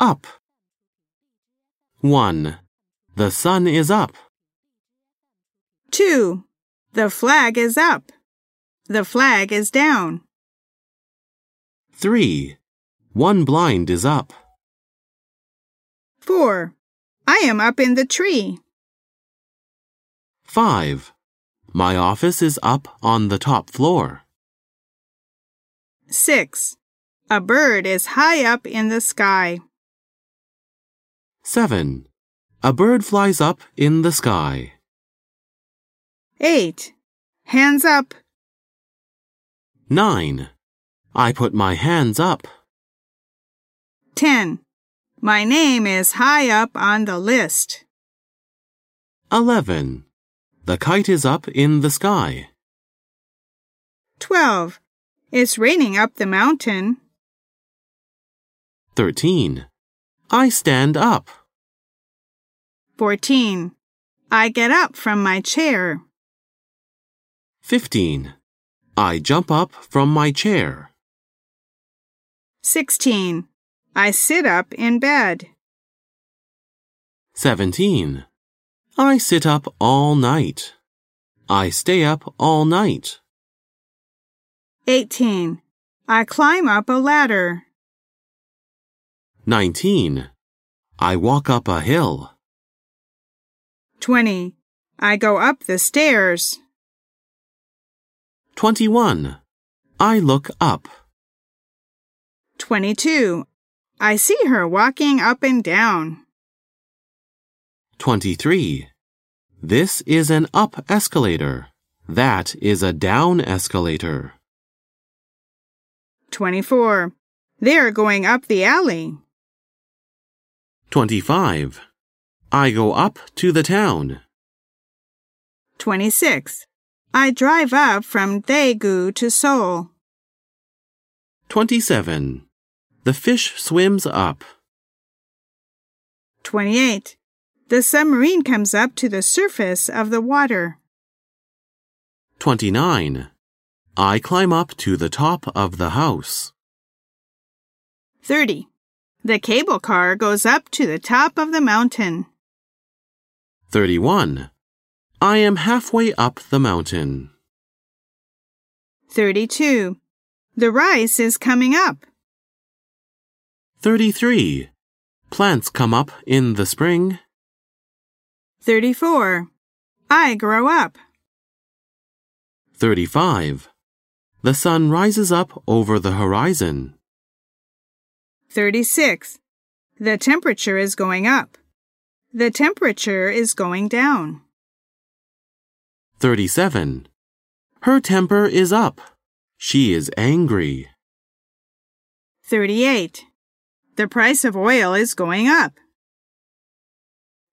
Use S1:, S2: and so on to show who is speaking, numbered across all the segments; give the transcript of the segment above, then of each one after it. S1: up. 1. The sun is up.
S2: 2. The flag is up. The flag is down.
S1: 3. One blind is up.
S2: 4. I am up in the tree.
S1: 5. My office is up on the top floor.
S2: 6. A bird is high up in the sky.
S1: 7. A bird flies up in the sky.
S2: 8. Hands up.
S1: 9. I put my hands up.
S2: 10. My name is high up on the list.
S1: 11. The kite is up in the sky.
S2: 12. It's raining up the mountain.
S1: 13. I stand up.
S2: 14. I get up from my chair.
S1: 15. I jump up from my chair.
S2: 16. I sit up in bed.
S1: 17. I sit up all night. I stay up all night.
S2: 18. I climb up a ladder.
S1: 19. I walk up a hill.
S2: 20. I go up the stairs.
S1: 21. I look up.
S2: 22. I see her walking up and down.
S1: 23. This is an up escalator. That is a down escalator.
S2: 24. They are going up the alley.
S1: 25. I go up to the town.
S2: 26. I drive up from Daegu to Seoul.
S1: 27. The fish swims up.
S2: 28. The submarine comes up to the surface of the water.
S1: 29. I climb up to the top of the house.
S2: 30. The cable car goes up to the top of the mountain.
S1: 31. I am halfway up the mountain.
S2: 32. The rice is coming up.
S1: 33. Plants come up in the spring.
S2: 34. I grow up.
S1: 35. The sun rises up over the horizon.
S2: 36. The temperature is going up. The temperature is going down.
S1: 37. Her temper is up. She is angry.
S2: 38. The price of oil is going up.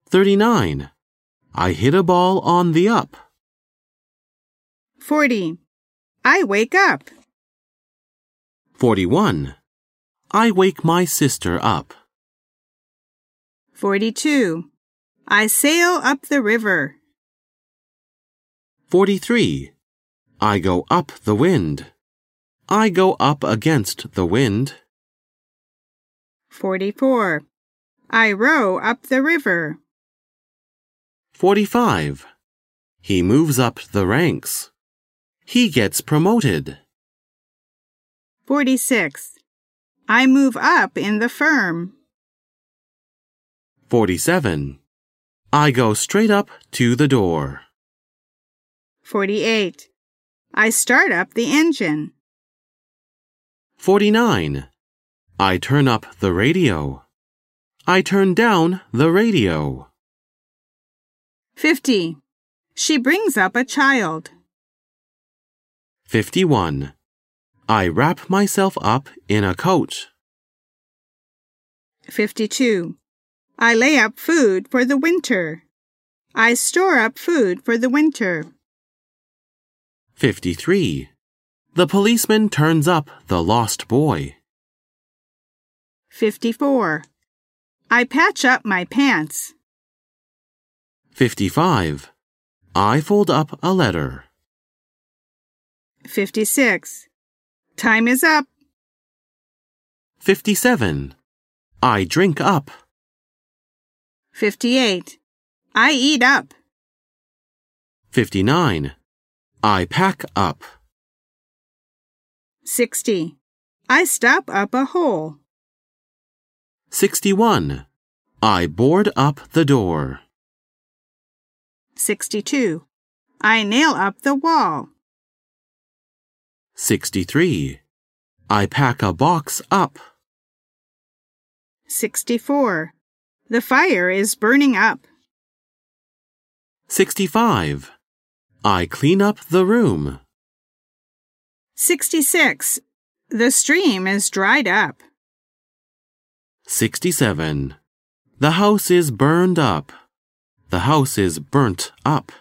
S1: 39. I hit a ball on the up.
S2: 40. I wake up.
S1: 41. I wake my sister up.
S2: 42. I sail up the river.
S1: 43. I go up the wind. I go up against the wind.
S2: 44. I row up the river.
S1: 45. He moves up the ranks. He gets promoted.
S2: 46. I move up in the firm.
S1: 47. I go straight up to the door.
S2: 48. I start up the engine.
S1: 49. I turn up the radio. I turn down the radio.
S2: 50. She brings up a child.
S1: 51. I wrap myself up in a coat.
S2: 52. I lay up food for the winter. I store up food for the winter.
S1: 53. The policeman turns up the lost boy.
S2: 54. I patch up my pants.
S1: 55. I fold up a letter.
S2: 56. Time is up.
S1: 57. I drink up.
S2: 58. I eat up.
S1: 59. I pack up.
S2: 60. I stop up a hole.
S1: 61. I board up the door.
S2: 62. I nail up the wall.
S1: 63. I pack a box up.
S2: 64. The fire is burning up.
S1: 65. I clean up the room.
S2: 66. The stream is dried up.
S1: 67. The house is burned up. The house is burnt up.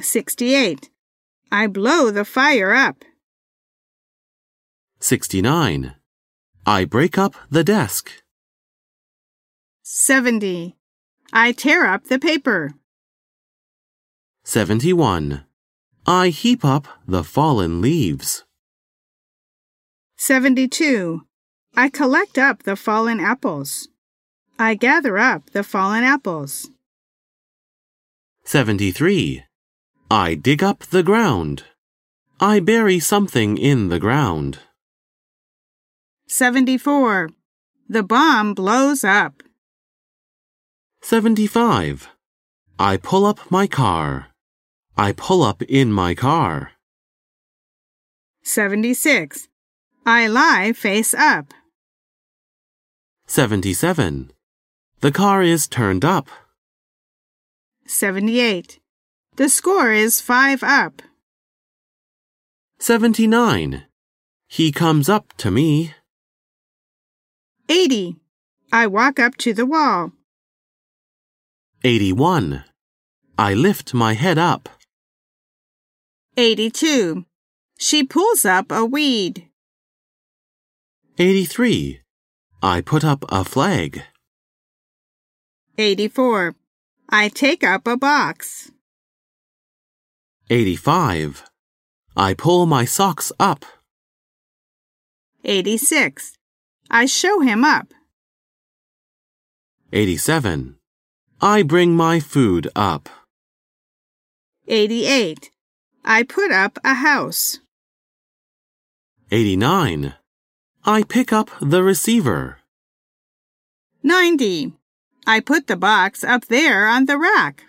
S2: 68. I blow the fire up.
S1: 69. I break up the desk.
S2: 70. I tear up the paper.
S1: 71. I heap up the fallen leaves.
S2: 72. I collect up the fallen apples. I gather up the fallen apples.
S1: 73. I dig up the ground. I bury something in the ground.
S2: 74. The bomb blows up.
S1: 75. I pull up my car. I pull up in my car.
S2: 76. I lie face up.
S1: 77. The car is turned up.
S2: 78. The score is 5 up.
S1: 79. He comes up to me.
S2: 80. I walk up to the wall.
S1: 81. I lift my head up.
S2: 82. She pulls up a weed.
S1: 83. I put up a flag.
S2: 84. I take up a box.
S1: 85. I pull my socks up.
S2: 86. I show him up.
S1: 87. I bring my food up.
S2: 88. I put up a house.
S1: 89. I pick up the receiver.
S2: 90. I put the box up there on the rack.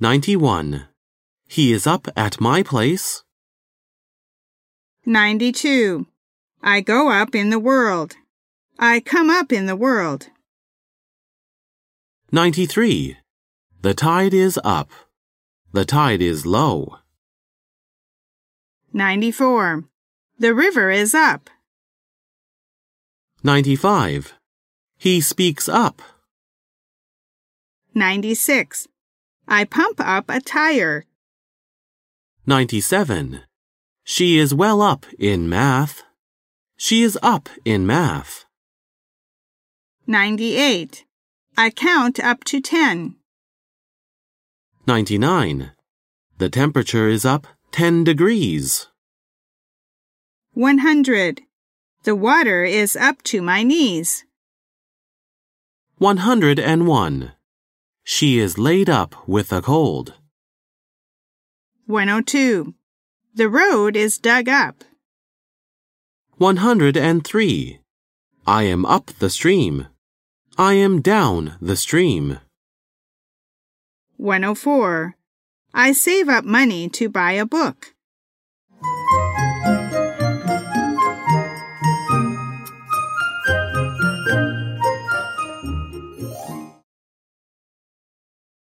S1: 91. He is up at my place.
S2: 92. I go up in the world. I come up in the world.
S1: 93. The tide is up. The tide is low.
S2: 94. The river is up.
S1: 95. He speaks up.
S2: 96. I pump up a tire.
S1: 97. She is well up in math. She is up in math.
S2: 98. I count up to 10.
S1: 99. The temperature is up 10 degrees.
S2: 100. The water is up to my knees.
S1: 101. She is laid up with a cold.
S2: 102. The road is dug up.
S1: 103. I am up the stream. I am down the stream.
S2: 104. I save up money to buy a book.